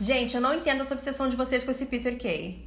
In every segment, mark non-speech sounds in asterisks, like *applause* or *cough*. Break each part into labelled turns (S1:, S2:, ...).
S1: Gente, eu não entendo essa obsessão de vocês com esse Peter Kay.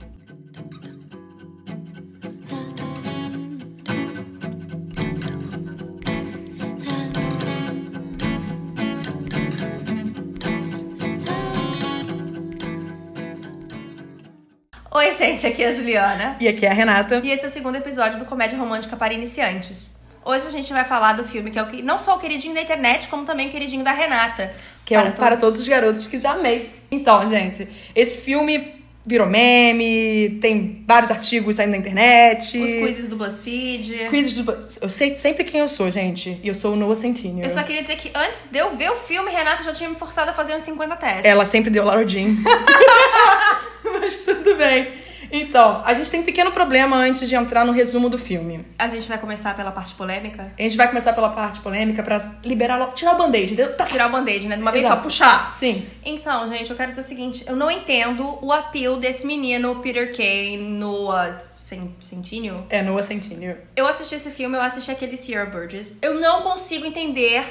S1: Oi, gente, aqui é a Juliana.
S2: E aqui é a Renata.
S1: E esse é o segundo episódio do Comédia Romântica para Iniciantes. Hoje a gente vai falar do filme que é o que, não só o queridinho da internet, como também o queridinho da Renata.
S2: Que é o para todos os garotos que já amei. Então, gente, esse filme virou meme, tem vários artigos saindo na internet.
S1: Os quizzes do BuzzFeed.
S2: Quizzes do. Eu sei sempre quem eu sou, gente. E eu sou o Noah Centineo.
S1: Eu só queria dizer que antes de eu ver o filme, Renata já tinha me forçado a fazer uns 50 testes.
S2: Ela sempre deu
S1: *laughs*
S2: Laura Jean. Mas tudo bem. Então, a gente tem um pequeno problema antes de entrar no resumo do filme.
S1: A gente vai começar pela parte polêmica?
S2: A gente vai começar pela parte polêmica pra liberar logo. Tirar o band-aid, entendeu? Tá.
S1: Tirar o band-aid, né? De uma vez
S2: Exato.
S1: só, puxar.
S2: Sim.
S1: Então, gente, eu quero dizer o seguinte: eu não entendo o apelo desse menino, Peter Kay, no uh, Cen- Centineo.
S2: É Noah Centineo.
S1: Eu assisti esse filme, eu assisti aqueles Yearbirds. Eu não consigo entender.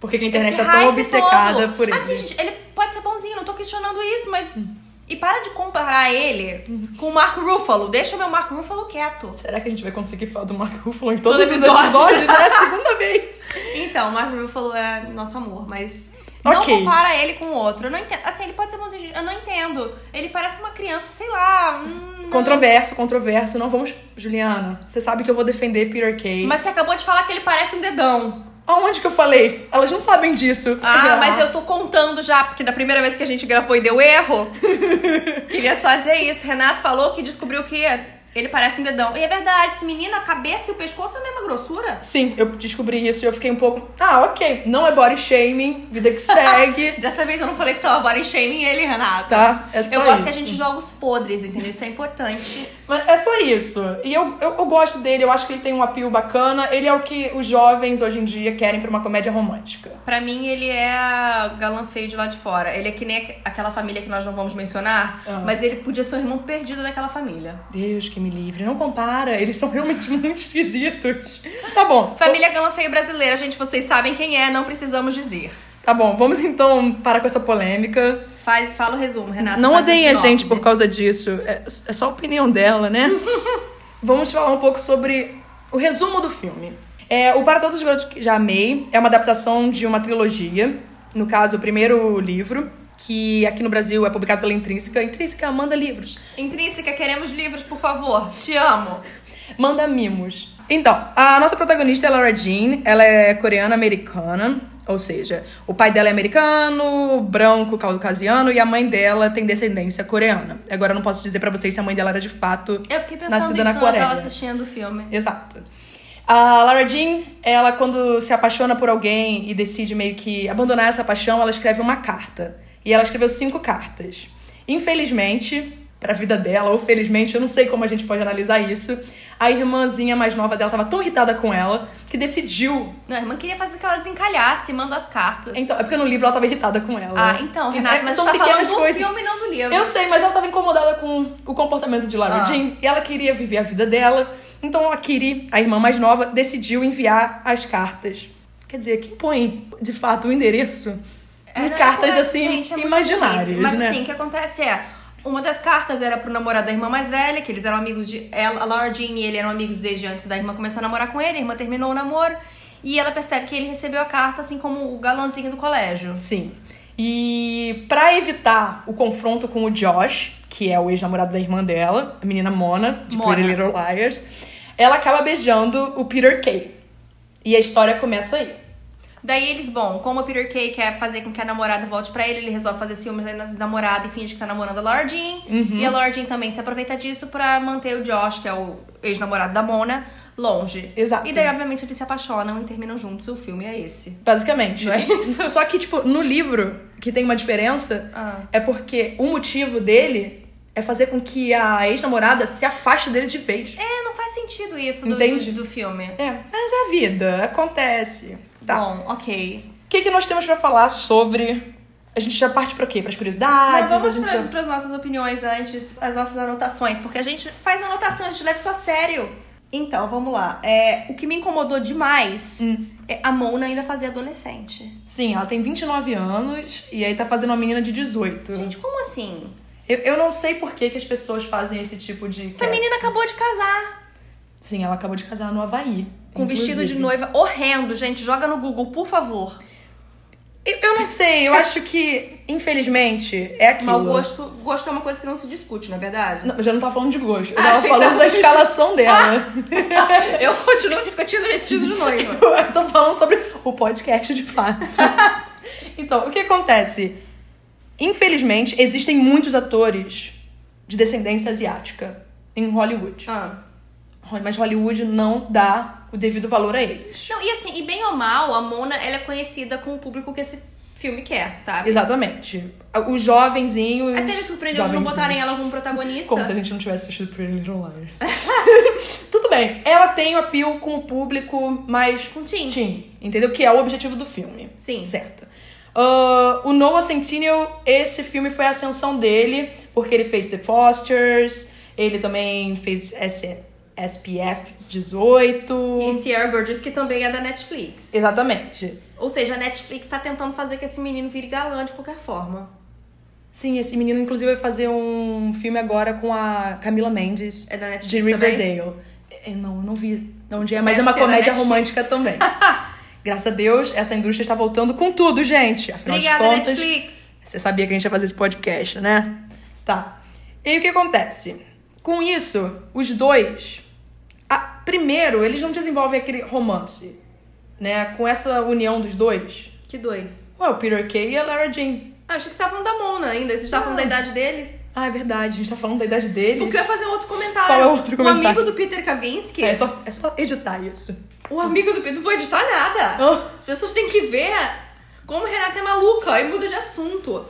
S2: Por que que a internet
S1: esse
S2: é tão
S1: hype
S2: obcecada
S1: todo.
S2: por ele?
S1: Assim, gente, ele pode ser bonzinho, não tô questionando isso, mas. E para de comparar ele
S2: Uhum.
S1: com o Mark Ruffalo. Deixa meu Mark Ruffalo quieto.
S2: Será que a gente vai conseguir falar do Mark Ruffalo em todos os
S1: Todo episódio.
S2: episódios? Já
S1: *laughs*
S2: é a segunda vez.
S1: Então, o Mark Ruffalo é nosso amor, mas não
S2: Ok.
S1: compara ele com o outro. Eu não entendo. Assim, ele pode ser bonzinho, gente, eu não entendo. Ele parece uma criança, sei lá. hum,
S2: Controverso, controverso. Não vamos... Juliana, você sabe que eu vou defender Peter Kay.
S1: Mas você acabou de falar que ele parece um dedão.
S2: Aonde que eu falei? Elas não sabem disso.
S1: Ah, mas eu tô contando já, porque da primeira vez que a gente gravou e deu
S2: *laughs*
S1: erro. Queria só dizer isso. Renato falou que descobriu que ele parece um dedão. E é verdade, esse menino, a cabeça e o pescoço é a mesma grossura.
S2: Sim, eu descobri isso e eu fiquei um pouco... Ah, ok. Não é body shaming. Vida
S1: *laughs*
S2: que segue.
S1: Dessa vez eu não falei que estava body shaming ele, Renato.
S2: tá? É só
S1: Eu gosto
S2: isso.
S1: que a gente joga os podres, entendeu? Isso é importante.
S2: Mas é só isso. E eu, eu, eu gosto dele, eu acho que ele tem um apio bacana. Ele é o que os jovens hoje em dia querem pra uma comédia romântica.
S1: Pra mim, ele é galã feio de lá de fora. Ele é que nem aqu- aquela família que nós não vamos mencionar,
S2: Ah.
S1: mas ele podia ser o irmão perdido daquela família.
S2: Deus que me livre, não compara, eles são realmente *laughs* muito esquisitos. Tá bom,
S1: Família galã feio brasileira, gente, vocês sabem quem é, não precisamos dizer.
S2: tá bom, vamos então parar com essa polêmica.
S1: Faz, fala o resumo, Renata.
S2: não
S1: faz
S2: odeiem a
S1: Tá, sinopse.
S2: gente por causa disso, é, é só a opinião
S1: *laughs*
S2: dela, né? vamos falar um pouco sobre o resumo do filme. É, o Para Todos os Garotos que Já Amei é uma adaptação de uma trilogia, no caso, o primeiro livro, que aqui no Brasil é publicado pela Intrínseca. Intrínseca manda livros.
S1: Intrínseca, queremos livros, por favor. Te amo.
S2: Manda mimos. Então, a nossa protagonista é Laura Jean, ela é coreana-americana, ou seja, o pai dela é americano, branco, caucasiano, e a mãe dela tem descendência coreana. Agora eu não posso dizer pra vocês se a mãe dela era de fato.
S1: Eu fiquei pensando
S2: Nascida
S1: nisso
S2: na
S1: quando eu tava
S2: Coreia.
S1: assistindo o filme.
S2: Exato. A Laura Jean, ela quando se apaixona por alguém e decide meio que abandonar essa paixão, ela escreve uma carta. E ela escreveu cinco cartas. Infelizmente, pra vida dela, ou felizmente, eu não sei como a gente pode analisar isso, a irmãzinha mais nova dela tava tão irritada com ela que decidiu.
S1: Não, a irmã queria fazer que ela desencalhasse, manda as cartas.
S2: Então, é porque no livro ela tava irritada com ela.
S1: ah, então, Renata,
S2: É,
S1: mas
S2: são
S1: você tá falando
S2: pequenas
S1: do
S2: coisas.
S1: filme, não do livro.
S2: Eu sei, mas ela tava incomodada com o comportamento de Lara
S1: Ah.
S2: Jean e ela queria viver a vida dela. Então a Kiri, a irmã mais nova, decidiu enviar as cartas. Quer dizer, que põe de fato o endereço
S1: É,
S2: em
S1: não,
S2: cartas
S1: é,
S2: assim
S1: gente, é muito
S2: imaginárias,
S1: burrice. Mas
S2: né?
S1: assim, o que acontece é. Uma das cartas era pro namorado da irmã mais velha, que eles eram amigos de. Ela, a Laura Jean e ele eram amigos desde antes da irmã começar a namorar com ele, a irmã terminou o namoro. E ela percebe que ele recebeu a carta, assim como o galãzinho do colégio.
S2: Sim. E pra evitar o confronto com o Josh, que é o ex-namorado da irmã dela, a menina Mona, de
S1: Mona.
S2: Pretty Little Liars, ela acaba beijando o Peter Kay. E a história começa aí.
S1: Daí eles, bom, como o Peter Kay quer fazer com que a namorada volte pra ele, ele resolve fazer ciúmes aí na namorada e finge que tá namorando a Laura Jean.
S2: Uhum.
S1: E a Laura Jean também se aproveita disso pra manter o Josh, que é o ex-namorado da Mona, longe.
S2: Exato.
S1: E daí, obviamente, eles se apaixonam e terminam juntos. O filme é esse.
S2: Basicamente. *laughs*
S1: Não é
S2: Só que, tipo, no livro, que tem uma diferença,
S1: Ah.
S2: é porque o motivo dele é fazer com que a ex-namorada se afaste dele de vez.
S1: É, não faz sentido isso do,
S2: Entende?
S1: do, do filme.
S2: É, mas é a vida, acontece. Tá.
S1: Bom, ok.
S2: O que, que nós temos pra falar sobre. A gente já parte pra quê? Pras
S1: Não,
S2: curiosidades? a
S1: vamos
S2: gente
S1: para
S2: já-
S1: as nossas opiniões antes, as nossas anotações, porque a gente faz anotação, a gente leva isso a sério. Então, vamos lá. É, o que me incomodou demais É, A Mona ainda fazia adolescente.
S2: Sim, ela tem 29 anos e aí tá fazendo uma menina de 18.
S1: Gente, como assim?
S2: Eu, eu não sei por que, que as pessoas fazem esse tipo de.
S1: Essa menina acabou de casar.
S2: Sim, ela acabou de casar no Havaí.
S1: Com um vestido de
S2: inclusive.
S1: noiva horrendo, gente. Joga no Google, por favor.
S2: Eu, eu não sei, eu acho que, infelizmente, é aquilo.
S1: Mau gosto, gosto é uma coisa que não se discute, não é verdade?
S2: Não, eu já não tava falando de gosto. Eu
S1: Ah,
S2: tava
S1: achei que você
S2: falando
S1: tava
S2: da
S1: discutindo.
S2: escalação dela.
S1: *laughs* Eu continuo discutindo vestido de noiva.
S2: *laughs* eu tô falando sobre o podcast de fato. então, o que acontece? Infelizmente, existem muitos atores de descendência asiática em Hollywood.
S1: *laughs* Ah.
S2: Mas Hollywood não dá o devido valor a eles.
S1: Não, e assim, e bem ou mal, a Mona ela é conhecida com o público que esse filme quer, sabe?
S2: Exatamente. Os jovenzinhos.
S1: Até me surpreendeu de não
S2: jovenzinhos.
S1: botarem ela como protagonista.
S2: É Como se a gente não tivesse assistido Pretty Little Liars. *laughs* Tudo bem, ela tem o appeal com o público mais
S1: Com Tim.
S2: teen, entendeu? Que é o objetivo do filme.
S1: Sim.
S2: Certo. Ah, o Noah Centineo, esse filme foi a ascensão dele, porque ele fez The Fosters, ele também fez S- SPF 18.
S1: E Sierra Burgess, que também é da Netflix.
S2: Exatamente.
S1: Ou seja, a Netflix tá tentando fazer que esse menino vire galã de qualquer forma.
S2: Sim, esse menino, inclusive, vai fazer um filme agora com a Camila Mendes.
S1: É da Netflix
S2: de
S1: também?
S2: Riverdale. É, não, eu não vi de onde é, mas
S1: Deve
S2: é uma
S1: ser da
S2: comédia
S1: Netflix.
S2: romântica também.
S1: *laughs*
S2: Graças a Deus, essa indústria está voltando com tudo, gente. Afinal
S1: Obrigada,
S2: de contas,
S1: Netflix!
S2: você sabia que a gente ia fazer esse podcast, né? Tá. E aí, o que acontece? Com isso, os dois. a- primeiro, eles não desenvolvem aquele romance, né? Com essa união dos dois.
S1: Que dois.
S2: Ué, o Peter Kay e a Lara Jean.
S1: Ah, achei que você tava falando da Mona ainda. Vocês estavam falando da idade deles?
S2: Ah, é verdade, a gente tá falando da idade deles.
S1: Porque eu ia fazer um outro comentário.
S2: Qual é o outro
S1: Um
S2: comentário?
S1: amigo do Peter Kavinsky.
S2: É só, é só editar isso.
S1: O amigo do Pedro não vou editar nada.
S2: Ah.
S1: As pessoas têm que ver como Renata é maluca e muda de assunto.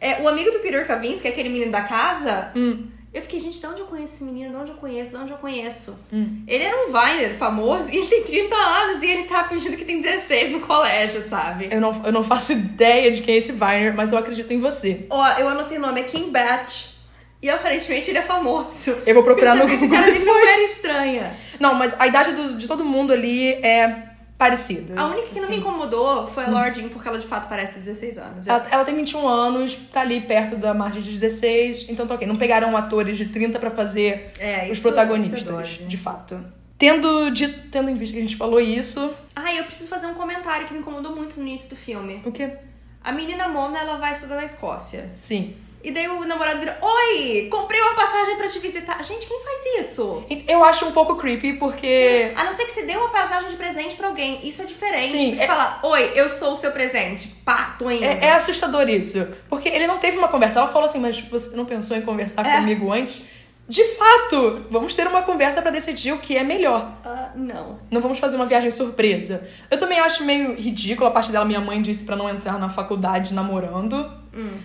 S1: É, o amigo do Peter Kavinsky, aquele menino da casa,
S2: Hum.
S1: eu fiquei, gente, de onde eu conheço esse menino? De onde eu conheço? De onde eu conheço?
S2: Hum.
S1: Ele era um Viner famoso *laughs* e ele tem 30 anos e ele tá fingindo que tem 16 no colégio, sabe?
S2: Eu não, eu não faço ideia de quem é esse Viner, mas eu acredito em você.
S1: Ó, eu anotei o nome, é Kim Batch. E aparentemente ele é famoso.
S2: Eu vou procurar no
S1: Percebi que
S2: Google.
S1: a *laughs* cara dele não era estranha.
S2: Não, mas a idade do- de todo mundo ali é parecida. Assim,
S1: A única que não me incomodou
S2: Hum.
S1: foi a Lordin, porque ela de fato parece 16 anos. É, Eu
S2: Ela, ela tem 21 anos, tá ali perto da margem de 16, então tá ok. Não pegaram atores de 30 pra fazer
S1: É,
S2: os
S1: isso-
S2: protagonistas,
S1: isso é dose.
S2: de fato. Tendo, dito, tendo em vista que a gente falou isso.
S1: Ah, eu preciso fazer um comentário que me incomodou muito no início do filme.
S2: O quê?
S1: A menina Mona, ela vai estudar na Escócia.
S2: Sim.
S1: E daí o namorado vira: Oi, comprei uma passagem pra te visitar. Gente, quem faz isso?
S2: E- Eu acho um pouco creepy, porque.
S1: A não ser que você dê uma passagem de presente pra alguém. Isso é diferente
S2: Sim,
S1: do que
S2: é-
S1: falar: Oi, eu sou o seu presente. Pá, tô indo.
S2: É, é assustador isso. Porque ele não teve uma conversa. Ela falou assim, mas você não pensou em conversar
S1: É.
S2: comigo antes? De fato, vamos ter uma conversa pra decidir o que é melhor.
S1: Ah, não.
S2: Não vamos fazer uma viagem surpresa. Eu também acho meio ridícula a parte dela. Minha mãe disse pra não entrar na faculdade namorando.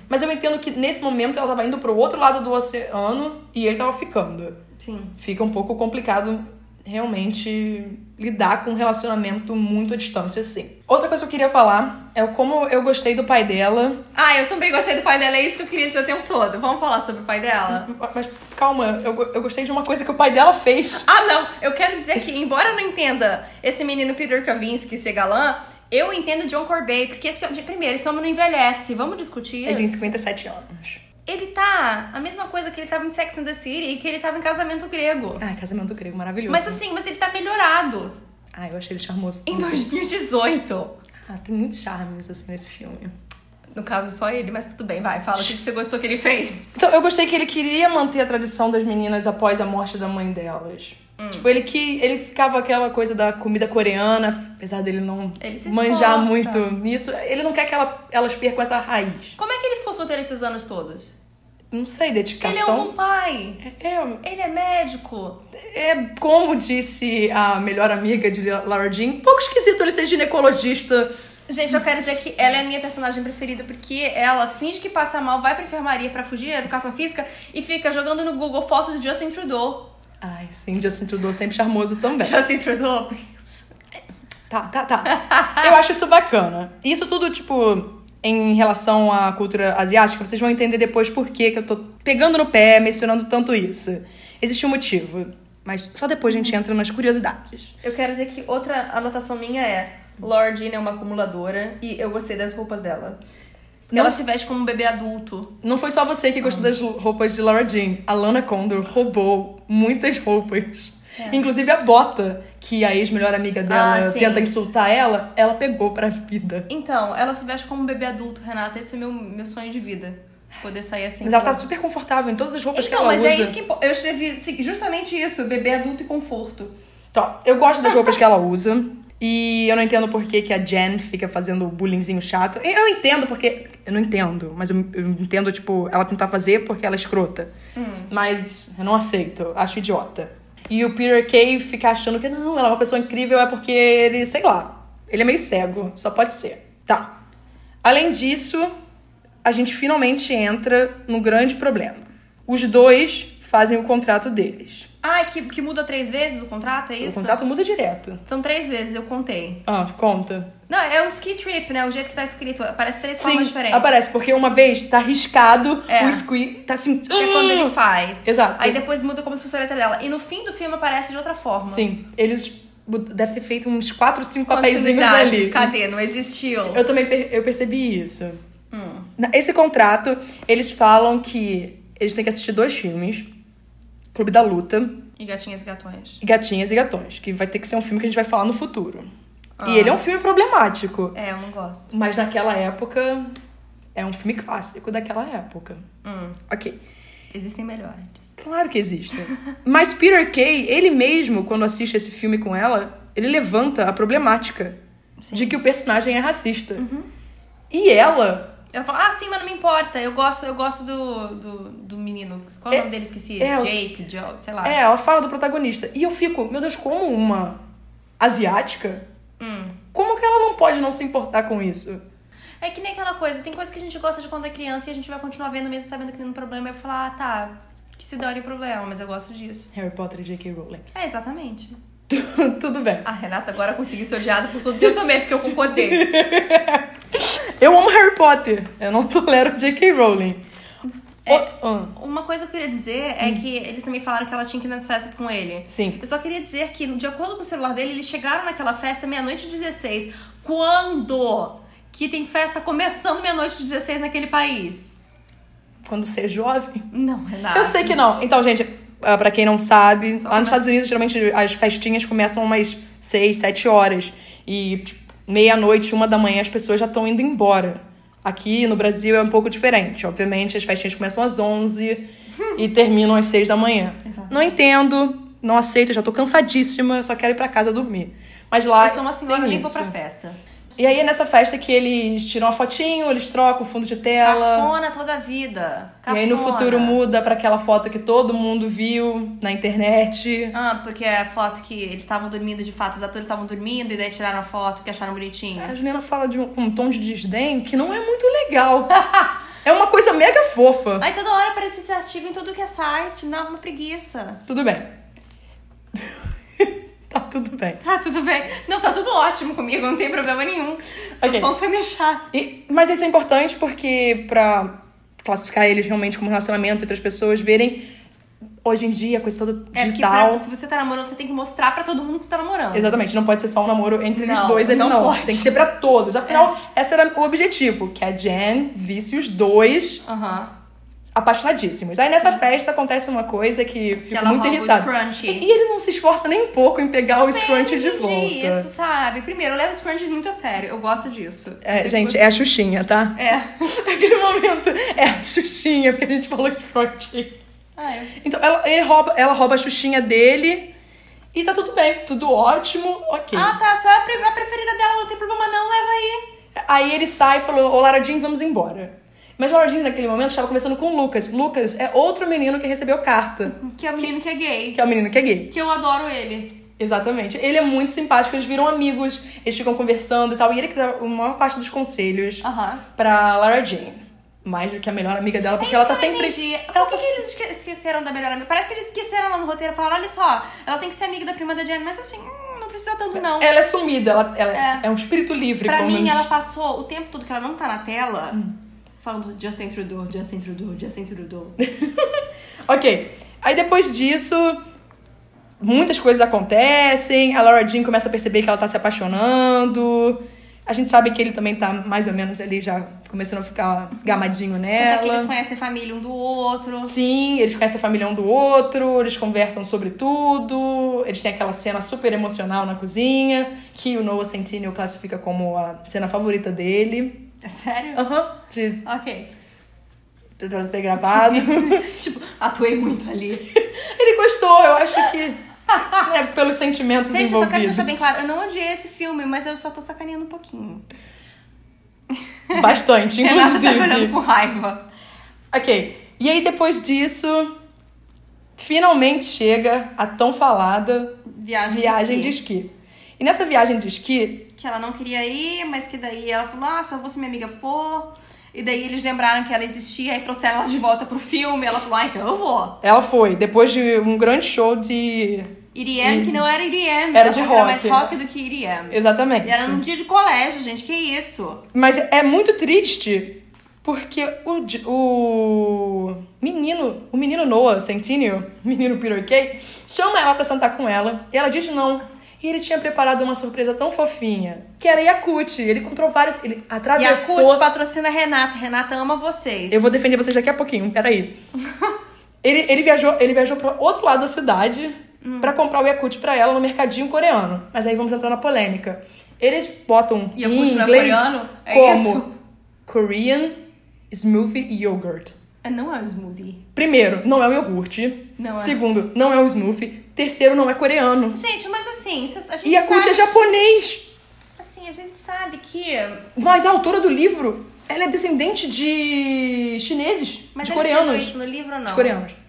S2: Mas eu entendo que nesse momento ela tava indo pro outro lado do oceano e ele tava ficando.
S1: Sim.
S2: Fica um pouco complicado realmente lidar com um relacionamento muito à distância assim. Outra coisa que eu queria falar é o como eu gostei do pai dela.
S1: Ah, eu também gostei do pai dela. É isso que eu queria dizer o tempo todo. Vamos falar sobre o pai dela?
S2: Mas calma, eu, go- eu gostei de uma coisa que o pai dela fez.
S1: Ah, não! Eu quero dizer que, embora eu não entenda esse menino Peter Kavinsky ser galã, eu entendo John Corbett, porque esse homem, primeiro, esse homem não envelhece. Vamos discutir
S2: Ele tem
S1: isso?
S2: 57 anos.
S1: Ele tá a mesma coisa que ele tava em Sex and the City e que ele tava em casamento grego.
S2: Ah, casamento grego, maravilhoso.
S1: Mas assim, mas ele tá melhorado
S2: Ah, eu achei ele charmoso.
S1: em 2018.
S2: Ah, tem muitos charmes, assim, nesse filme.
S1: No caso, só ele, mas tudo bem, vai. Fala o que, que você gostou que ele fez.
S2: Então, eu gostei que ele queria manter a tradição das meninas após a morte da mãe delas. Tipo, ele que ele ficava aquela coisa da comida coreana, apesar dele não
S1: Ele se
S2: manjar
S1: esforça.
S2: muito nisso. Ele não quer que ela- elas percam essa raiz.
S1: Como é que ele ficou solteiro esses anos todos?
S2: Não
S1: Ele
S2: sei,
S1: é um
S2: dedicação.
S1: bom pai.
S2: é,
S1: Ele é médico.
S2: É como disse a melhor amiga de Lara Jean, um pouco esquisito ele ser ginecologista.
S1: Gente, eu quero dizer que ela é a minha personagem preferida porque ela finge que passa mal, vai pra enfermaria pra fugir da educação física e fica jogando no Google fotos do Justin Trudeau. *laughs*
S2: Ai, sim, Justin Trudeau é sempre charmoso também.
S1: Justin Trudeau?
S2: Tá, tá, tá. Eu acho isso bacana. Isso tudo, tipo, em relação à cultura asiática, vocês vão entender depois por que que eu tô pegando no pé, mencionando tanto isso. Existe um motivo, mas só depois a gente entra nas curiosidades.
S1: Eu quero dizer que outra anotação minha é: Laura Jean é uma acumuladora e eu gostei das roupas dela. Porque Ela se veste como um bebê adulto.
S2: Não foi só você que
S1: Ah.
S2: gostou das roupas de Laura Jean. A Lana Condor roubou muitas roupas. Inclusive a bota que a ex-melhor amiga dela
S1: É. Ah, sim.
S2: tenta insultar ela, ela pegou pra vida.
S1: Então, ela se veste como um bebê adulto, Renata. Esse é meu, meu sonho de vida. Poder sair assim.
S2: Mas ela
S1: com-
S2: tá super confortável em todas as roupas que
S1: Então,
S2: ela
S1: mas
S2: usa.
S1: é isso que impo- eu escrevi sim, justamente isso, bebê adulto e conforto.
S2: Então, eu gosto das roupas que ela usa. E eu não entendo por que, que a Jen fica fazendo bullyingzinho chato. E Eu entendo porque. Eu não entendo, mas eu, eu entendo, tipo, ela tentar fazer porque ela é escrota. Mas eu não aceito, acho idiota. E o Peter Kay fica achando que não, ela é uma pessoa incrível, é porque ele, sei lá, ele é meio cego, só pode ser. Tá. Além disso, a gente finalmente entra no grande problema. Os dois fazem o contrato deles.
S1: Ah, que, que muda três vezes o contrato, é isso?
S2: O contrato muda direto.
S1: São três vezes, eu contei.
S2: Ah, conta.
S1: Não, é o ski trip, né? O jeito que tá escrito. Aparece três formas diferentes.
S2: aparece, porque uma vez tá arriscado,
S1: É.
S2: o Squee tá assim...
S1: Que é quando ele faz.
S2: Exato.
S1: Aí depois muda como se fosse a letra dela. E no fim do filme aparece de outra forma.
S2: Sim, eles bu- devem ter feito uns 4, 5 papeizinhos
S1: Continuidade.
S2: ali.
S1: Cadê? Não existiu.
S2: Eu também per- eu percebi isso.
S1: Hum.
S2: Na- Esse contrato, eles falam que eles têm que assistir dois filmes. Clube da Luta
S1: E gatinhas e gatões.
S2: e Gatinhas e Gatões. Que vai ter que ser um filme que a gente vai falar no futuro.
S1: Ah.
S2: E ele é um filme problemático.
S1: É, eu não gosto.
S2: Mas naquela época, é um filme clássico daquela época.
S1: Hum.
S2: Ok.
S1: Existem melhores.
S2: Claro que existe. Mas Peter Kay, ele mesmo, quando assiste esse filme com ela, ele levanta a problemática de que o personagem é racista. E ela,
S1: Ela fala, ah, sim, mas não me importa. Eu gosto, eu gosto do, do, do menino. Qual é, o nome dele? Esqueci.
S2: é, o-
S1: Jake, Joe, sei lá.
S2: é, ela fala do protagonista. E eu fico, meu Deus, como uma asiática?
S1: Hum.
S2: Como que ela não pode não se importar com isso?
S1: É que nem aquela coisa, tem coisa que a gente gosta de quando é criança e a gente vai continuar vendo mesmo sabendo que tem um problema e vai falar, ah, tá, que se dane o problema, mas eu gosto disso.
S2: Harry Potter e J.K. Rowling.
S1: É, exatamente.
S2: Tudo bem.
S1: A Renata agora conseguiu ser odiada por todos. Eu também, porque eu concordei.
S2: Eu amo Harry Potter. Eu não tolero J.K. Rowling. O- ah,
S1: Uma coisa que eu queria dizer é que eles também falaram que ela tinha que ir nas festas com ele.
S2: Sim.
S1: Eu só queria dizer que, de acordo com o celular dele, eles chegaram naquela festa meia-noite e 16. Quando que tem festa começando meia-noite e 16 naquele país?
S2: quando você é jovem.
S1: Não, Renata.
S2: Eu sei que não. Então, gente, ah, pra quem não sabe,
S1: Só
S2: lá nos
S1: começa-
S2: Estados Unidos, geralmente as festinhas começam umas 6, 7 horas. E tipo, meia-noite, uma da manhã, as pessoas já estão indo embora. Aqui no Brasil é um pouco diferente. Obviamente, as festinhas começam às 11 e terminam às 6 da manhã.
S1: Exato.
S2: Não entendo, não aceito, já tô cansadíssima, eu só quero ir pra casa dormir. Mas lá.
S1: Eu sou uma senhora,
S2: tem
S1: assim, eu nem vou
S2: isso.
S1: pra festa.
S2: E aí é nessa festa que eles tiram a fotinho, eles trocam o fundo de tela.
S1: Cafona toda a vida. Cafona.
S2: E aí no futuro muda pra aquela foto que todo mundo viu na internet.
S1: Ah, porque é a foto que eles estavam dormindo de fato, os atores estavam dormindo e daí tiraram a foto que acharam bonitinho.
S2: Cara, a Juliana fala de um, com um tom de desdém que não é muito legal. *laughs* é uma coisa mega fofa.
S1: Aí toda hora aparece esse artigo em tudo que é site, me dá uma preguiça.
S2: Tudo bem. *laughs* tá tudo bem.
S1: Tá, tudo bem. Não, tá tudo ótimo comigo, não tem problema nenhum. Só
S2: Ok.
S1: falando que foi me achar.
S2: E- mas isso é importante porque pra classificar eles realmente como relacionamento entre as pessoas verem hoje em dia a coisa toda
S1: É, porque
S2: digital.
S1: pra- se você tá namorando, você tem que mostrar pra todo mundo que você tá namorando.
S2: Exatamente, não pode ser só um namoro entre eles
S1: Não,
S2: dois, ele
S1: não
S2: não.
S1: pode. É.
S2: Tem que ser pra todos. Afinal, esse era o objetivo, que a Jen visse os dois
S1: Aham.
S2: apaixonadíssimos. Aí nessa festa acontece uma coisa que fica
S1: ela
S2: muito
S1: rouba o
S2: irritada.
S1: scrunchie.
S2: E, e ele não se esforça nem um pouco em pegar o scrunchie de volta.
S1: Entendi isso, sabe? Primeiro, eu levo scrunchies muito a sério. Eu gosto disso.
S2: É,
S1: Você-
S2: gente, é a Xuxinha, tá? *laughs*
S1: É.
S2: Aquele momento é a Xuxinha, porque a gente falou scrunchie.
S1: Ah, eu-
S2: Então ela, ele rouba, ela rouba a Xuxinha dele e tá tudo bem, tudo ótimo, ok.
S1: Ah, tá. Só é a pre- a preferida dela, não tem problema não, leva aí.
S2: Aí ele sai e falou: Ô Laradinho, vamos embora. Mas Laradinho, naquele momento, estava conversando com o Lucas. Lucas é outro menino que recebeu carta,
S1: Que é o menino que é gay.
S2: que é o menino que é gay.
S1: Que eu adoro ele.
S2: Exatamente. Ele é muito simpático, eles viram amigos, eles ficam conversando e tal. E ele que dá a maior parte dos conselhos
S1: Aham.
S2: pra Lara Jean. Mais do que a melhor amiga dela, porque ela tá sempre.
S1: Entendi. Por
S2: Ela
S1: É que,
S2: tá
S1: que eles esque- esqueceram da melhor amiga? Parece que eles esqueceram lá no roteiro. Falaram, olha só, ela tem que ser amiga da prima da Jenny. Mas assim, hum, não precisa tanto não.
S2: Ela é sumida, ela, ela é. Hum.
S1: É.
S2: um espírito livre,
S1: pra
S2: pelo
S1: mim,
S2: menos.
S1: ela passou o tempo todo que ela não tá na tela... Falando Justin Trudeau, Justin
S2: *laughs*
S1: Trudeau, Justin Trudeau.
S2: Ok. Aí depois disso, muitas coisas acontecem, a Laura Jean começa a perceber que ela tá se apaixonando. A gente sabe que ele também tá mais ou menos ali já começando a ficar gamadinho nela.
S1: Então que eles conhecem a família um do outro.
S2: Sim, eles conhecem a família um do outro, eles conversam sobre tudo, eles têm aquela cena super emocional na cozinha, que o Noah Centineo classifica como a cena favorita dele.
S1: É sério?
S2: Aham, de
S1: Ok. *laughs*
S2: pra ter gravado.
S1: tipo, atuei muito ali.
S2: Ele gostou, eu acho que é pelos sentimentos
S1: Gente, eu só quero
S2: envolvidos.
S1: deixar bem claro, eu não odiei esse filme, mas eu só tô sacaneando um pouquinho. *laughs*
S2: Bastante,
S1: Renata tá me olhando
S2: inclusive.
S1: com raiva.
S2: ok. E aí depois disso, finalmente chega a tão falada
S1: Viagem,
S2: viagem
S1: de
S2: de
S1: esqui.
S2: esqui. E nessa viagem de esqui,
S1: Que ela não queria ir, mas que daí ela falou, ah, só vou se minha amiga for. E daí eles lembraram que ela existia e trouxeram ela de volta pro filme. Ela falou, ah, então eu vou.
S2: ela foi depois de um grande show de
S1: Iriam, que não era Iriam. ela
S2: Era de
S1: falou que Era
S2: rock.
S1: mais rock do que Iriam.
S2: exatamente.
S1: E era num dia de colégio, gente, que isso?
S2: Mas é muito triste porque o, J- o menino, o menino Noah Centineo, menino Peter Kay, chama ela pra sentar com ela e ela diz não. E ele tinha preparado uma surpresa tão fofinha, que era Yakut. Ele comprou vários, ele
S1: E a
S2: atravessou.
S1: CUT patrocina a Renata. Renata ama vocês.
S2: Eu vou defender vocês daqui a
S1: *laughs*
S2: pouquinho, peraí. ele, ele viajou, ele viajou para outro lado da cidade
S1: Hum.
S2: pra comprar o Yakut pra ela no mercadinho coreano. Mas aí vamos entrar na polêmica. Eles botam
S1: Yakult
S2: em
S1: não é
S2: inglês
S1: coreano? É
S2: como
S1: isso?
S2: Korean Smoothie Yogurt.
S1: Ah, Não é um smoothie.
S2: Primeiro, não é um iogurte.
S1: Não é.
S2: Segundo, não é um smoothie. Terceiro, não é coreano.
S1: Gente, mas assim, cês- a gente
S2: E é Yakut
S1: sabe...
S2: é japonês.
S1: Assim, a gente sabe que...
S2: Mas a autora do livro, ela é descendente de chineses,
S1: Mas
S2: de
S1: ele escreveu
S2: coreanos.
S1: isso no livro ou não?
S2: De coreanos.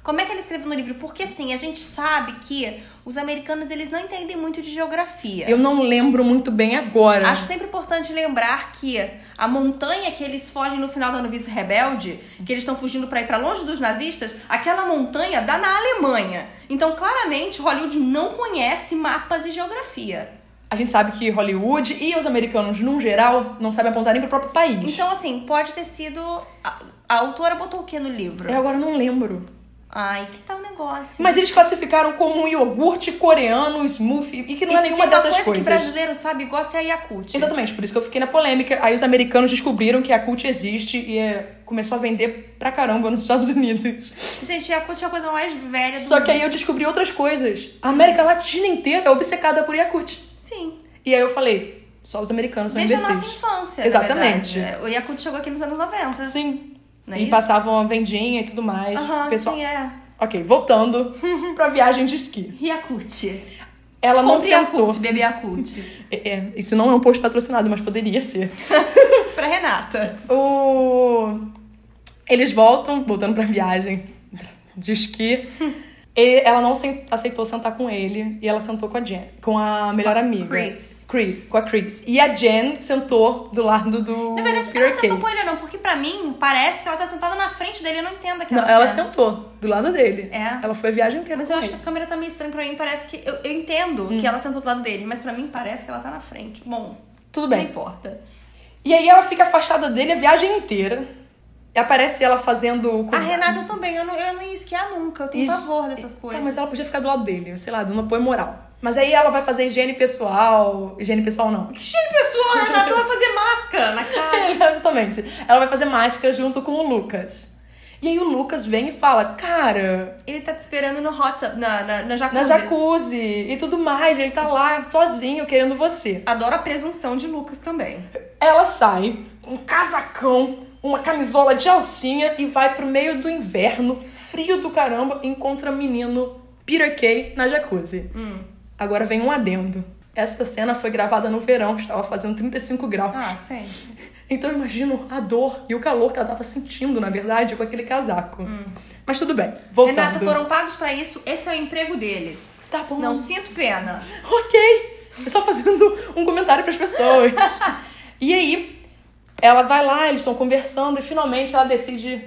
S1: Como é que ele escreveu no livro? Porque assim, a gente sabe que os americanos, eles não entendem muito de geografia.
S2: Eu não lembro muito bem agora.
S1: Acho sempre importante lembrar que a montanha que eles fogem no final da Novice Rebelde, que eles estão fugindo pra ir pra longe dos nazistas, aquela montanha dá na Alemanha. Então, claramente, Hollywood não conhece mapas e geografia.
S2: A gente sabe que Hollywood e os americanos, num geral, não sabem apontar nem pro próprio país.
S1: Então, assim, pode ter sido. A, a autora botou o que no livro?
S2: Eu agora não lembro.
S1: Ai, que tal negócio?
S2: É Mas eles classificaram como um iogurte coreano, smoothie, e que não
S1: E se
S2: é
S1: tem uma
S2: nenhuma dessas
S1: coisa
S2: coisas.
S1: que brasileiro sabe e gosta é a Yakult.
S2: Exatamente, por isso que eu fiquei na polêmica. Aí os americanos descobriram que a cult existe e é, começou a vender pra caramba nos Estados Unidos.
S1: Gente, Yakult é a coisa mais velha do
S2: Só que aí
S1: mundo.
S2: eu descobri outras coisas. A América Latina inteira é obcecada por Yakut.
S1: Sim.
S2: E aí eu falei, só os americanos são
S1: Desde a
S2: imbecis.
S1: nossa infância. na
S2: Exatamente.
S1: verdade. É, O Yakult chegou aqui nos anos 90.
S2: Sim.
S1: Não é
S2: Assim, e
S1: isso?
S2: passavam a vendinha e tudo mais.
S1: Aham,
S2: Pessoal,
S1: sim, é.
S2: Ok,
S1: *laughs*
S2: voltando pra viagem de esqui.
S1: Yakut.
S2: Ela não
S1: Compre
S2: sentou.
S1: Yakut, bebê
S2: *laughs*
S1: Yakut.
S2: É, é, isso não é um post patrocinado, mas poderia ser.
S1: pra Renata.
S2: O... Eles voltam, voltando pra viagem
S1: *laughs*
S2: de esqui. E ela não sen- aceitou sentar com ele e ela sentou com a Jen, com a melhor amiga.
S1: Chris.
S2: Chris, com a Chris. E a Jen sentou do lado do.
S1: Na verdade,
S2: Peter
S1: ela não sentou
S2: Kay.
S1: com ele, não. Porque pra mim, parece que ela tá sentada na frente dele. Eu não entendo aquela
S2: Não, ela
S1: cena.
S2: sentou do lado dele.
S1: É.
S2: Ela foi a viagem inteira.
S1: Mas
S2: com
S1: eu acho que
S2: ele. Hum.
S1: a câmera tá meio estranha pra mim. Parece que... Eu, eu entendo que ela sentou do lado dele. Mas pra mim, parece que ela tá na frente. Bom,
S2: Tudo bem.
S1: não importa.
S2: E aí ela fica afastada dele a viagem inteira. E aparece ela fazendo. o-
S1: A Renata também. Eu não, eu não ia esquiar nunca. Eu tenho
S2: Isso.
S1: pavor dessas coisas.
S2: Tá, mas ela podia ficar do lado dele, sei lá, dando apoio moral. Mas aí ela vai fazer higiene pessoal. Higiene pessoal não. *laughs*
S1: Que cheiro pessoal, a Renata vai fazer máscara na cara.
S2: Exatamente. Ela vai fazer máscara junto com o Lucas. E aí o Lucas vem e fala: Cara,
S1: Ele tá te esperando no hot tub, na, na, na jacuzzi.
S2: na jacuzzi e tudo mais, ele tá lá sozinho querendo você.
S1: Adoro a presunção de Lucas também.
S2: Ela sai com um casacão, uma camisola de alcinha e vai pro meio do inverno, frio do caramba, e encontra menino Peter Kay na jacuzzi.
S1: Hum.
S2: Agora vem um adendo. Essa cena foi gravada no verão, estava fazendo 35 graus.
S1: Ah, sei.
S2: Então eu imagino a dor e o calor que ela tava sentindo, na verdade, com aquele casaco. Mas tudo bem, voltando.
S1: Hum. Renata, foram pagos pra isso, esse é o emprego deles.
S2: Tá bom.
S1: Não sinto pena.
S2: Ok! Só fazendo um comentário
S1: *laughs*
S2: pras pessoas. e aí, ela vai lá, eles estão conversando e finalmente ela decide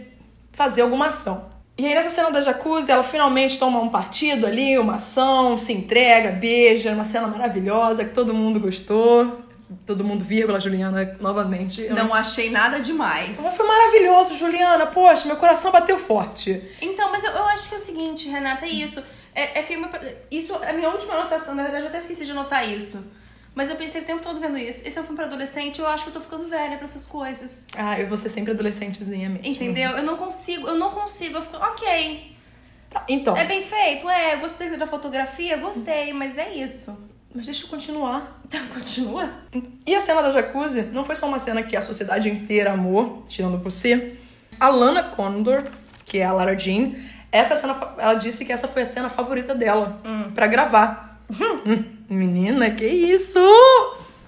S2: fazer alguma ação. E aí, nessa cena da jacuzzi, ela finalmente toma um partido ali, uma ação, se entrega, beija, uma cena maravilhosa que todo mundo gostou. Todo mundo, vírgula, Juliana, novamente. Eu
S1: Não achei nada demais.
S2: Mas Foi maravilhoso, Juliana. Poxa, meu coração bateu forte.
S1: Então, mas eu, eu acho que é o seguinte, Renata, é isso. É, é filme. pra- Isso, a minha última anotação, na verdade, eu até esqueci de anotar isso. Mas eu pensei o tempo todo vendo isso. Esse é um filme pra adolescente, eu acho que eu tô ficando velha pra essas coisas.
S2: Ah, eu vou ser sempre adolescentezinha mesmo.
S1: Entendeu? Eu não consigo, eu não consigo. Eu fico, ok.
S2: Tá, então,
S1: É bem feito, é. Gostei da fotografia, gostei, mas é isso. *laughs*
S2: mas deixa eu continuar.
S1: Então continua.
S2: E a cena da jacuzzi não foi só uma cena que a sociedade inteira amou, tirando você. A Lana Condor, que é a Lara Jean, essa cena, fa- ela disse que essa foi a cena favorita dela pra gravar. Hum, Menina, que isso!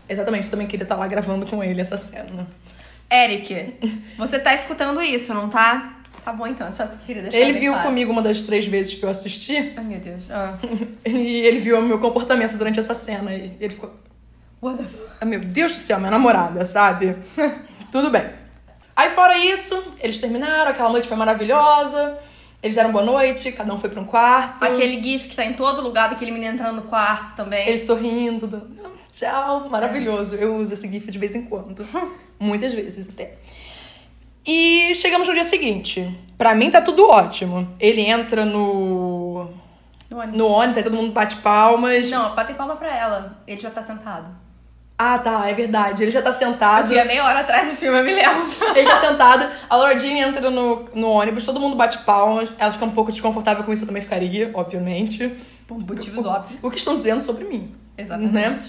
S2: Exatamente, eu também queria estar lá gravando com ele essa cena.
S1: Eric, você tá escutando isso, não tá? Tá bom então, só queria deixar
S2: ele
S1: bem
S2: viu
S1: claro.
S2: comigo uma das três vezes que eu assisti,
S1: Ai, meu Deus. Ah.
S2: *laughs* e ele viu o meu comportamento durante essa cena. E ele ficou,
S1: What the fuck?
S2: Ah, meu Deus do céu, minha namorada, sabe? *laughs* Tudo bem. Aí fora isso, eles terminaram, aquela noite foi maravilhosa. Eles deram boa noite, cada um foi pra um quarto.
S1: Aquele gif que tá em todo lugar, daquele menino entrando no quarto também.
S2: Eles sorrindo, dando, tchau, maravilhoso. Eu uso esse gif de vez em
S1: *laughs*
S2: quando. Muitas vezes até. E chegamos no dia seguinte. Pra mim tá tudo ótimo. Ele entra no
S1: No ônibus.
S2: no ônibus, aí todo mundo bate palmas.
S1: Não, batem palma pra ela. Ele já tá sentado.
S2: Ah, tá, é verdade. Ele já tá
S1: Eu
S2: sentado.
S1: vi há meia hora atrás do filme, eu me lembro.
S2: Ele tá sentado, a Lordinha entra no, no ônibus, todo mundo bate palmas, ela fica um pouco desconfortável com isso, eu também ficaria, obviamente.
S1: Por motivos óbvios.
S2: *laughs* O que estão dizendo sobre mim.
S1: Exatamente.
S2: Né?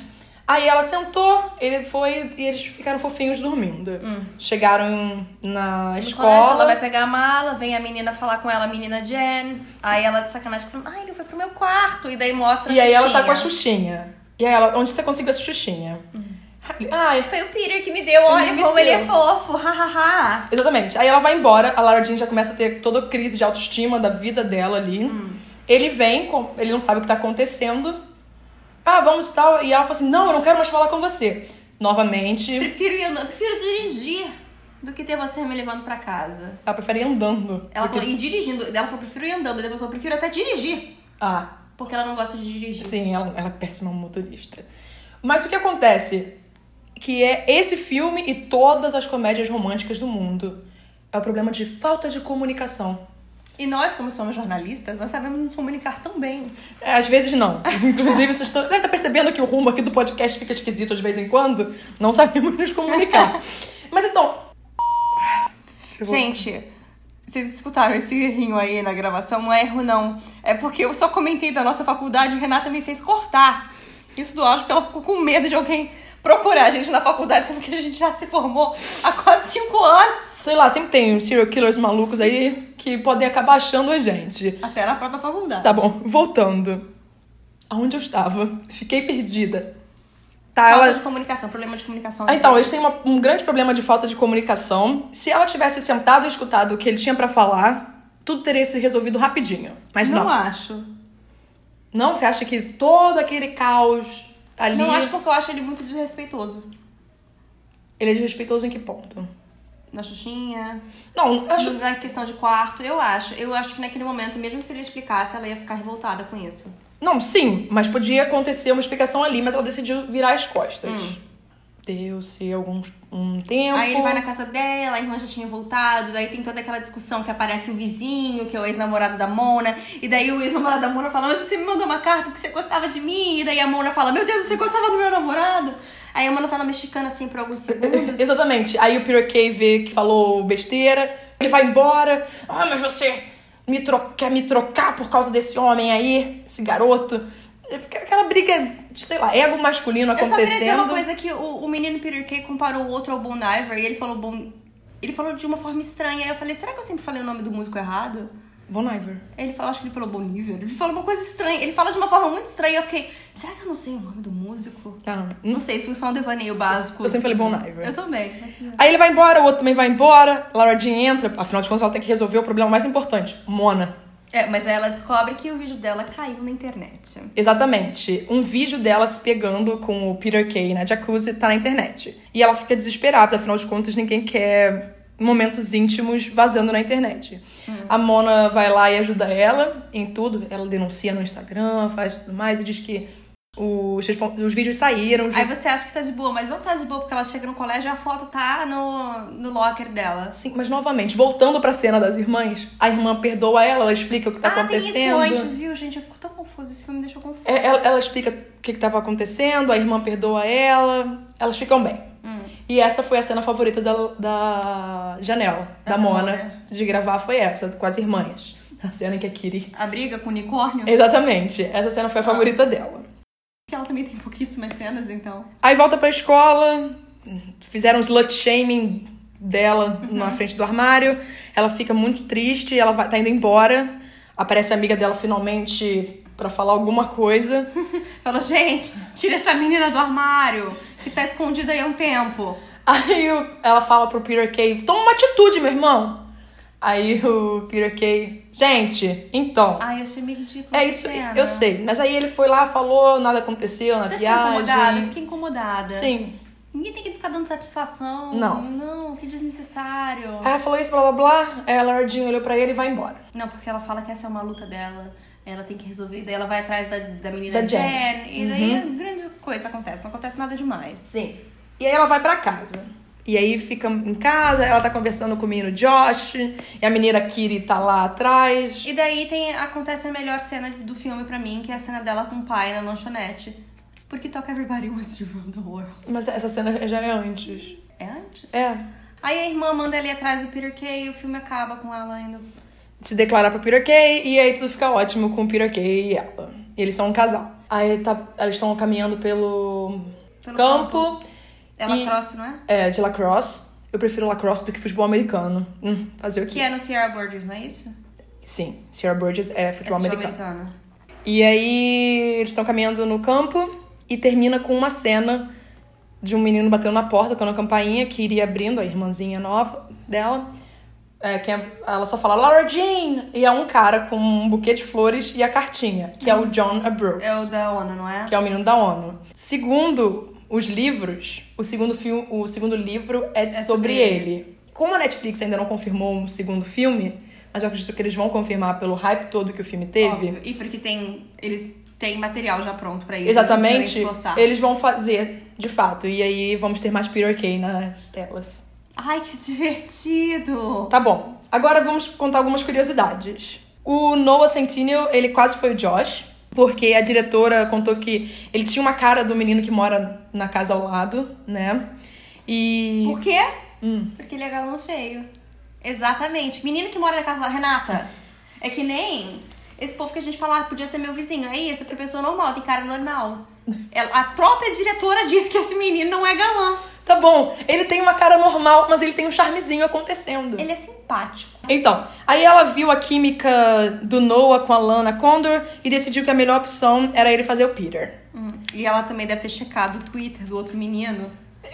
S2: Aí ela sentou, ele foi e eles ficaram fofinhos dormindo. Chegaram na
S1: Hum. No colégio, ela
S2: escola.
S1: vai pegar a mala, vem a menina falar com ela, a menina Jen. Aí ela de sacanagem falando, ai, ele foi pro meu quarto. E daí mostra a
S2: E aí ela tá
S1: xuxinha. Hum.
S2: com a Xuxinha. E aí ela, onde você conseguiu essa Xuxinha? Ai, Ai,
S1: Foi o Peter que me deu, olha
S2: Ele me
S1: como ele é
S2: deu.
S1: fofo, hahaha.
S2: Exatamente. Aí ela vai embora, a Lara Jean já começa a ter toda a crise de autoestima da vida dela ali. Ele vem, com- ele não sabe o que tá acontecendo. Ah, vamos e tal. E ela fala assim: não, eu não quero mais falar com você.
S1: *laughs*
S2: Novamente,
S1: prefiro, ir andando- prefiro dirigir do que ter você me levando pra casa.
S2: ela prefere ir andando.
S1: Ela
S2: do que-
S1: falou, e dirigindo. Ela falou, prefiro ir andando. Depois eu prefiro até dirigir.
S2: Ah,
S1: Porque ela não gosta de dirigir.
S2: sim, ela, ela é péssima motorista. Mas o que acontece? Que é esse filme e todas as comédias românticas do mundo. É o problema de falta de comunicação.
S1: E nós, como somos jornalistas, nós sabemos nos comunicar tão bem.
S2: É, Às vezes não. *laughs* Inclusive, vocês estão, devem estar percebendo que o rumo aqui do podcast fica esquisito de vez em quando. Não sabemos nos *laughs* comunicar. Mas então. Eu vou-
S1: Gente, vocês escutaram esse rinho aí na gravação? Não é erro, não. É porque eu só comentei da nossa faculdade e Renata me fez cortar isso do áudio porque ela ficou com medo de alguém procurar a gente na faculdade, sendo que a gente já se formou há quase cinco anos.
S2: Sei lá, sempre tem uns serial killers malucos aí que podem acabar achando a gente.
S1: Até na própria faculdade.
S2: Tá bom, voltando. Aonde eu estava? Fiquei perdida. Tá,
S1: Falta
S2: ela.
S1: de comunicação, problema de comunicação.
S2: Ah, então, eles têm uma- um grande problema de falta de comunicação. Se ela tivesse sentado e escutado o que ele tinha pra falar, tudo teria se resolvido rapidinho. Mas não.
S1: acho.
S2: Não, você acha que todo aquele caos ali.
S1: Não acho porque eu acho ele muito desrespeitoso.
S2: Ele é desrespeitoso em que ponto?
S1: Na Xuxinha,
S2: Não, eu acho.
S1: no- na questão de quarto, eu acho. Eu acho que naquele momento, mesmo se ele explicasse, ela ia ficar revoltada com isso.
S2: Não, sim, mas podia acontecer uma explicação ali, mas ela decidiu virar as costas. Deu-se algum um tempo.
S1: Hum. Aí ele vai na casa dela, a irmã já tinha voltado, daí tem toda aquela discussão que aparece o vizinho, que é o ex-namorado da Mona, e daí o ex-namorado da Mona fala, mas você me mandou uma carta porque você gostava de mim, e daí a Mona fala, meu Deus, você gostava do meu namorado? Aí a Mona fala mexicana assim por alguns
S2: *laughs*
S1: segundos.
S2: Exatamente. Aí o Peter Kay vê que falou besteira, ele vai embora. Ah, mas você me tro- quer me trocar por causa desse homem aí, esse garoto. Fica Aquela briga, de, sei lá, ego masculino
S1: Eu só
S2: tá acontecendo.
S1: queria dizer uma coisa que o, o menino Peter Kay comparou o outro ao Bon Iver, e ele falou Bon... Ele falou de uma forma estranha, aí eu falei, será que eu sempre falei o nome do músico errado?
S2: Bon Iver.
S1: Ele falou, acho que ele falou Bon Iver, ele falou uma coisa estranha, ele fala de uma forma muito estranha, eu fiquei, será que eu não sei o nome do músico?
S2: Ah,
S1: Não sei, isso foi só um devaneio básico.
S2: Eu sempre falei Bon Iver.
S1: Eu também. mas não. é.
S2: Aí ele vai embora, o outro também vai embora, Lara Jean entra, afinal de contas ela tem que resolver o problema mais importante, Mona.
S1: É, mas aí ela descobre que o vídeo dela caiu na internet.
S2: Exatamente, um vídeo dela se pegando com o Peter Kay na jacuzzi tá na internet. E ela fica desesperada, afinal de contas ninguém quer momentos íntimos vazando na internet.
S1: Hum.
S2: A Mona vai lá e ajuda ela em tudo, ela denuncia no Instagram, faz tudo mais e diz que os, respon- os vídeos saíram. os
S1: Aí você acha que tá de boa, mas não tá de boa porque ela chega no colégio e a foto tá no, no locker dela.
S2: Sim, assim, mas novamente, voltando pra cena das irmãs, a irmã perdoa ela, ela explica o que tá
S1: ah, tem
S2: acontecendo.
S1: isso antes, viu, gente? Eu fico tão confusa. Esse filme me deixou confusa.
S2: É, Ela, ela explica o que estava acontecendo, a irmã perdoa ela, elas ficam bem. E essa foi a cena favorita da, da Janel, da,
S1: Da
S2: Mona,
S1: Mona.
S2: de gravar foi essa, com as irmãs. A cena em que a Kiri. *laughs*
S1: A briga com o unicórnio.
S2: É. Exatamente, essa cena foi a favorita dela.
S1: Porque ela também tem pouquíssimas cenas, então. *laughs*
S2: Aí volta pra escola, fizeram um slut shaming dela na frente do armário. Ela fica muito triste, ela vai, tá indo embora. Aparece a amiga dela finalmente pra falar alguma coisa.
S1: Fala, gente, tira essa menina do armário, que tá escondida aí há um tempo.
S2: Aí o- ela fala pro Peter Kay, toma uma atitude, meu irmão. Aí o Peter Kay, gente, então,
S1: Ai, eu achei meio ridículo.
S2: é
S1: essa
S2: isso,
S1: cena.
S2: eu sei. Mas aí ele foi lá, falou, nada aconteceu na
S1: Você ficou assim. incomodada? Eu
S2: viagem.
S1: fiquei incomodada.
S2: Sim.
S1: Ninguém tem que ficar dando satisfação.
S2: Não.
S1: Não, que desnecessário.
S2: Aí ela falou isso, blá blá blá. Aí a Lardinha olhou pra ele e vai embora.
S1: Não, porque ela fala que essa é uma luta dela. Ela tem que resolver. Daí ela vai atrás da, da menina
S2: Da
S1: Jen.
S2: Jen. Uhum.
S1: E daí grande coisa acontece. Não acontece nada demais.
S2: Sim. E aí ela vai pra casa. E aí fica em casa, ela tá conversando com o menino Josh, e a menina Kiri tá lá atrás.
S1: E daí tem, acontece a melhor cena do filme pra mim, que é a cena dela com o pai na lanchonete. Porque toca Everybody Wants to Run the World.
S2: Mas essa cena já é antes.
S1: É antes?
S2: É.
S1: Aí a irmã manda ele atrás do Peter Kay e o filme acaba com ela indo.
S2: Se declarar pro Peter Kay, e aí tudo fica ótimo com o Peter Kay e ela. E eles são um casal. Aí tá, eles estão caminhando pelo,
S1: Pelo
S2: campo.
S1: Ela
S2: E-
S1: cross, não é?
S2: É, de lacrosse. Eu prefiro lacrosse do que futebol americano. Hum, fazer o quê?
S1: Que é no Sierra Borders, não é isso? É
S2: Sim, Sierra Burgess é futebol
S1: futebol
S2: tipo um americano.
S1: americano.
S2: E aí eles estão caminhando no campo e termina com uma cena de um menino batendo na porta, tocando a campainha, que iria abrindo, a irmãzinha nova dela. É, que é- ela só fala Laura Jean! E é um cara com um buquê de flores e a cartinha, que é o John Abrams,
S1: É o da ONU, não é?
S2: que é o menino da ONU. Segundo os livros, o segundo, filme, o segundo livro é, sobre,
S1: sobre
S2: ele. Como a Netflix ainda não confirmou um segundo filme, mas eu acredito que eles vão confirmar pelo hype todo que o filme teve.
S1: Óbvio. E porque tem. Eles têm material já pronto pra isso. não precisa nem se
S2: Exatamente.
S1: esforçar.
S2: Eles vão fazer, de fato. E aí vamos ter mais Peter Kay nas telas.
S1: Ai, que divertido!
S2: Tá bom. Agora vamos contar algumas curiosidades. O Noah Centineo, ele quase foi o Josh, porque a diretora contou que ele tinha uma cara do menino que mora na casa ao lado, né? E.
S1: Por quê?
S2: Hum.
S1: Porque ele é galão feio. Exatamente. Menino que mora na casa da Renata. É que nem esse povo que a gente fala, ah, podia ser meu vizinho. É isso, porque é pessoa normal, tem cara
S2: *laughs*
S1: normal. Ela- a própria diretora disse que esse menino não é galã.
S2: Tá bom, ele tem uma cara normal, mas ele tem um charmezinho acontecendo.
S1: Ele é simpático.
S2: Então, aí ela viu a química do Noah com a Lana Condor e decidiu que a melhor opção era ele fazer o Peter.
S1: E ela também deve ter checado o Twitter do outro menino.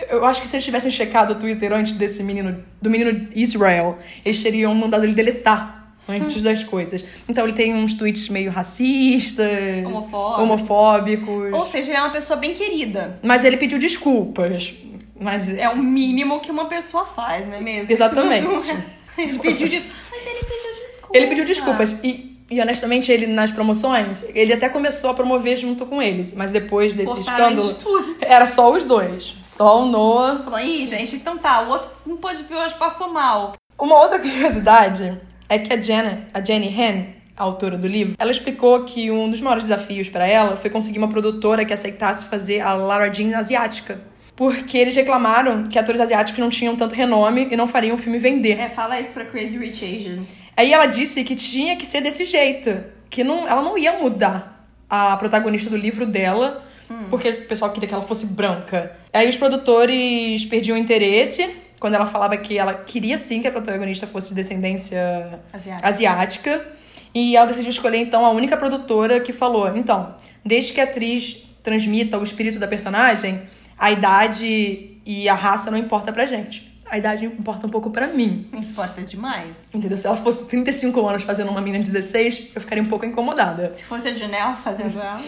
S2: Eu acho que se eles tivessem checado o Twitter antes desse menino, do menino Israel, eles teriam mandado ele deletar
S1: Hum.
S2: antes das coisas. Então ele tem uns tweets meio racistas,
S1: Homofóbicos.
S2: homofóbicos.
S1: Ou seja, ele é uma pessoa bem querida.
S2: Mas ele pediu desculpas. Mas
S1: É o mínimo que uma pessoa faz, não é mesmo?
S2: Exatamente.
S1: Isso não é- Ele pediu desculpas. Mas ele pediu desculpas.
S2: ele pediu desculpas. E, e, honestamente, ele nas promoções, ele até começou a promover junto com eles. Mas depois desse
S1: Cortaram ele
S2: escândalo,
S1: de tudo.
S2: era só os dois. Só o Noah
S1: Falou, ih, gente, então tá, o outro não pôde vir hoje, passou mal.
S2: Uma outra curiosidade é que a Jenna, a Jenny Han, a autora do livro, ela explicou que um dos maiores desafios para ela foi conseguir uma produtora que aceitasse fazer a Lara Jean asiática. Porque eles reclamaram que atores asiáticos não tinham tanto renome e não fariam o filme vender.
S1: É, fala isso pra Crazy Rich Asians.
S2: Aí ela disse que tinha que ser desse jeito, que não, ela não ia mudar a protagonista do livro dela, porque o pessoal queria que ela fosse branca. Aí os produtores perdiam o interesse quando ela falava que ela queria sim que a protagonista fosse de descendência
S1: Asiática.
S2: asiática. E ela decidiu escolher, então, a única produtora que falou: então, desde que a atriz transmita o espírito da personagem, a idade e a raça não importa pra gente. A idade importa um pouco pra mim.
S1: Não Importa demais.
S2: Entendeu? Se ela fosse 35 anos fazendo uma menina de 16, eu ficaria um pouco incomodada.
S1: Se fosse a Janelle fazendo ela.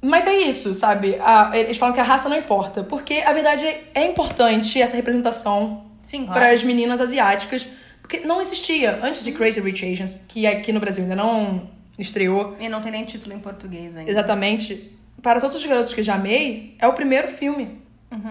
S2: Mas é isso, sabe? A- eles falam que a raça não importa, porque a verdade é, é importante essa representação
S1: Sim,
S2: para as meninas asiáticas, porque não existia antes de Crazy Rich Asians, que aqui no Brasil ainda não estreou
S1: E não tem nem título em português ainda.
S2: exatamente. Para todos os garotos que já amei, é o primeiro filme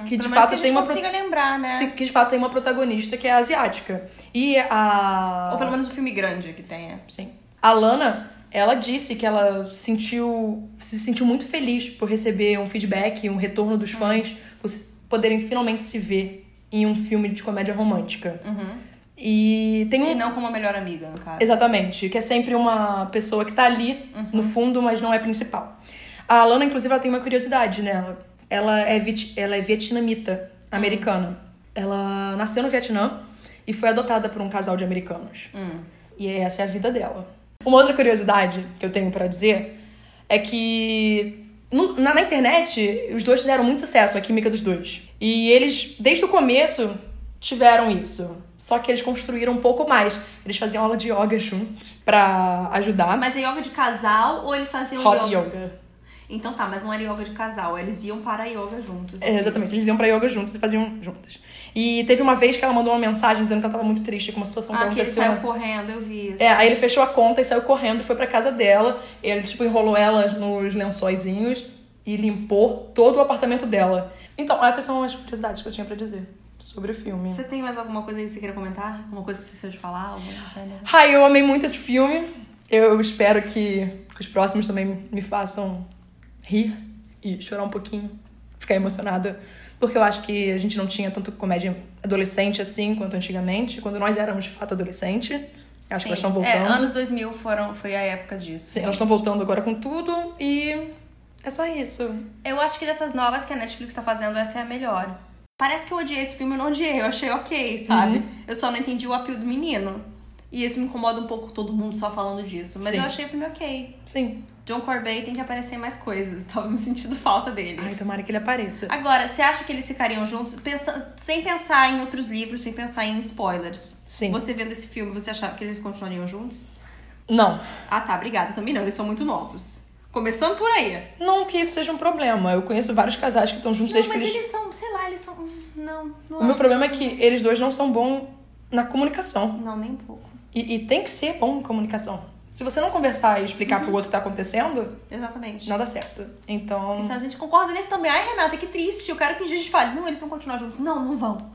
S2: que
S1: Pelo
S2: de
S1: menos
S2: fato
S1: Uhum. que a gente
S2: tem uma pro-
S1: consiga lembrar, né?
S2: que de fato tem uma protagonista que é asiática. E a
S1: Ou pelo menos o filme grande que tenha.
S2: Sim. A Lana, ela disse que ela sentiu, se sentiu muito feliz por receber um feedback, um retorno dos fãs, por se- poderem finalmente se ver em um filme de comédia romântica. E tem um.
S1: E não como a melhor amiga, no caso.
S2: Exatamente, que é sempre uma pessoa que tá ali no fundo, mas não é principal. A Alana, inclusive, ela tem uma curiosidade nela. Ela é, vit... ela é vietnamita, americana. Ela nasceu no Vietnã e foi adotada por um casal de americanos. E essa é a vida dela. Uma outra curiosidade que eu tenho pra dizer é que no- na, na internet os dois fizeram muito sucesso, a química dos dois. E eles, desde o começo, tiveram isso. Só que eles construíram um pouco mais. Eles faziam aula de yoga juntos pra ajudar.
S1: Mas é yoga de casal ou eles faziam
S2: Hot
S1: yoga?
S2: yoga.
S1: Então tá, mas não era yoga de casal, eles iam para yoga juntos.
S2: É, exatamente, eles iam pra yoga juntos e faziam juntas. E teve uma vez que ela mandou uma mensagem dizendo que ela tava muito triste com uma situação que
S1: Ah, que ele
S2: aconteceu.
S1: saiu correndo, eu vi isso.
S2: É, aí ele fechou a conta e saiu correndo e foi pra casa dela. Ele, tipo, enrolou ela nos lençóizinhos e limpou todo o apartamento dela. Então, essas são as curiosidades que eu tinha pra dizer sobre o filme.
S1: Você tem mais alguma coisa aí que você queira comentar? Alguma coisa que você precisa de falar? Alguma coisa? né?
S2: Ai, eu amei muito esse filme. Eu espero que os próximos também me façam rir e chorar um pouquinho, ficar emocionada. Porque eu acho que a gente não tinha tanto comédia adolescente assim quanto antigamente, quando nós éramos de fato adolescente. Acho que elas estão voltando.
S1: É, anos 2000 foram, foi a época disso.
S2: Sim, elas estão voltando agora com tudo e é só isso.
S1: Eu acho que dessas novas que a Netflix tá fazendo, essa é a melhor. Parece que eu odiei esse filme, eu não odiei, eu achei ok, sabe?
S2: Uhum.
S1: Eu só não entendi o apelo do menino. E isso me incomoda um pouco todo mundo só falando disso. Mas
S2: Sim.
S1: eu achei o filme ok.
S2: Sim.
S1: John Corbett tem que aparecer em mais coisas. *laughs* Tava me sentindo falta dele.
S2: Ai, tomara que ele apareça.
S1: Agora, você acha que eles ficariam juntos? Pensa- sem pensar em outros livros, sem pensar em spoilers.
S2: Sim.
S1: Você vendo esse filme, você achava que eles continuariam juntos?
S2: Não.
S1: Ah, tá, obrigada. Também não, eles são muito novos. Começando por aí.
S2: Não que isso seja um problema. Eu conheço vários casais que estão juntos
S1: Não,
S2: desde que
S1: mas
S2: eles...
S1: eles são, sei lá, eles são. Não, não
S2: O meu
S1: acho.
S2: problema é que eles dois não são bons na comunicação.
S1: Não, nem um pouco.
S2: E, e tem que ser bom em comunicação. Se você não conversar e explicar
S1: Uhum.
S2: pro outro o que tá acontecendo,
S1: Exatamente.
S2: não dá certo. Então.
S1: Então a gente concorda nesse também. Ai, Renata, que triste. Eu quero que um a gente fale. Não, eles vão continuar juntos. Não, não vão.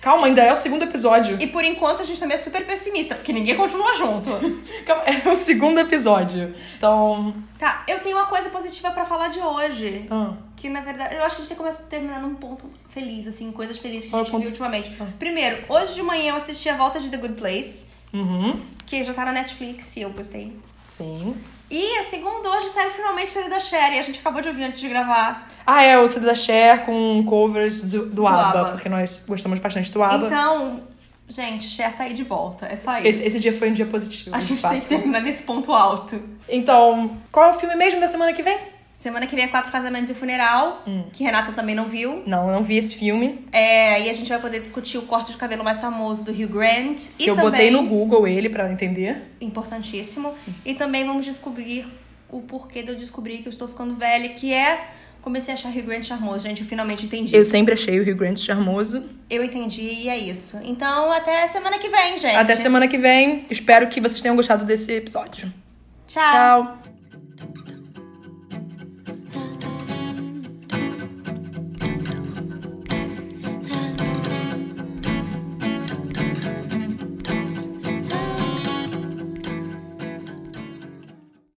S2: Calma, ainda é o segundo episódio.
S1: E por enquanto a gente também é super pessimista, porque ninguém continua junto.
S2: *laughs* Calma, é o segundo episódio. Então.
S1: tá, eu tenho uma coisa positiva pra falar de hoje.
S2: ah,
S1: Que na verdade, eu acho que a gente começa a terminar num ponto feliz, assim, coisas felizes que a
S2: Qual é
S1: gente
S2: o ponto?
S1: viu ultimamente. Primeiro, hoje de manhã eu assisti a volta de The Good Place,
S2: Uhum.
S1: que já tá na Netflix e eu postei.
S2: Sim.
S1: E a segunda, hoje saiu finalmente o CD da Cher, e a gente acabou de ouvir antes de gravar.
S2: Ah, é, o CD da Cher com covers do, do, ABBA,
S1: ABBA.
S2: porque nós gostamos bastante do ABBA.
S1: Então, gente, Cher tá aí de volta. É só isso.
S2: esse, esse dia foi um dia positivo.
S1: a
S2: de
S1: gente
S2: fato.
S1: tem que terminar nesse ponto alto.
S2: Então, qual é o filme mesmo da semana que vem?
S1: Semana que vem é Quatro Casamentos e um Funeral,
S2: Hum.
S1: que Renata também não viu.
S2: Não, eu não vi esse filme.
S1: É, e a gente vai poder discutir o corte de cabelo mais famoso do Hugh Grant. E
S2: que eu
S1: também...
S2: botei no Google ele pra entender.
S1: importantíssimo. E também vamos descobrir o porquê de eu descobrir que eu estou ficando velha, que é comecei a achar Rio Grande charmoso, gente, eu finalmente entendi. Eu,
S2: Eu sempre achei o Rio Grande charmoso.
S1: entendi e é isso. Então, até semana que vem, É, gente.
S2: Até semana que vem. Espero que vocês tenham gostado desse episódio.
S1: Tchau.
S2: Tchau.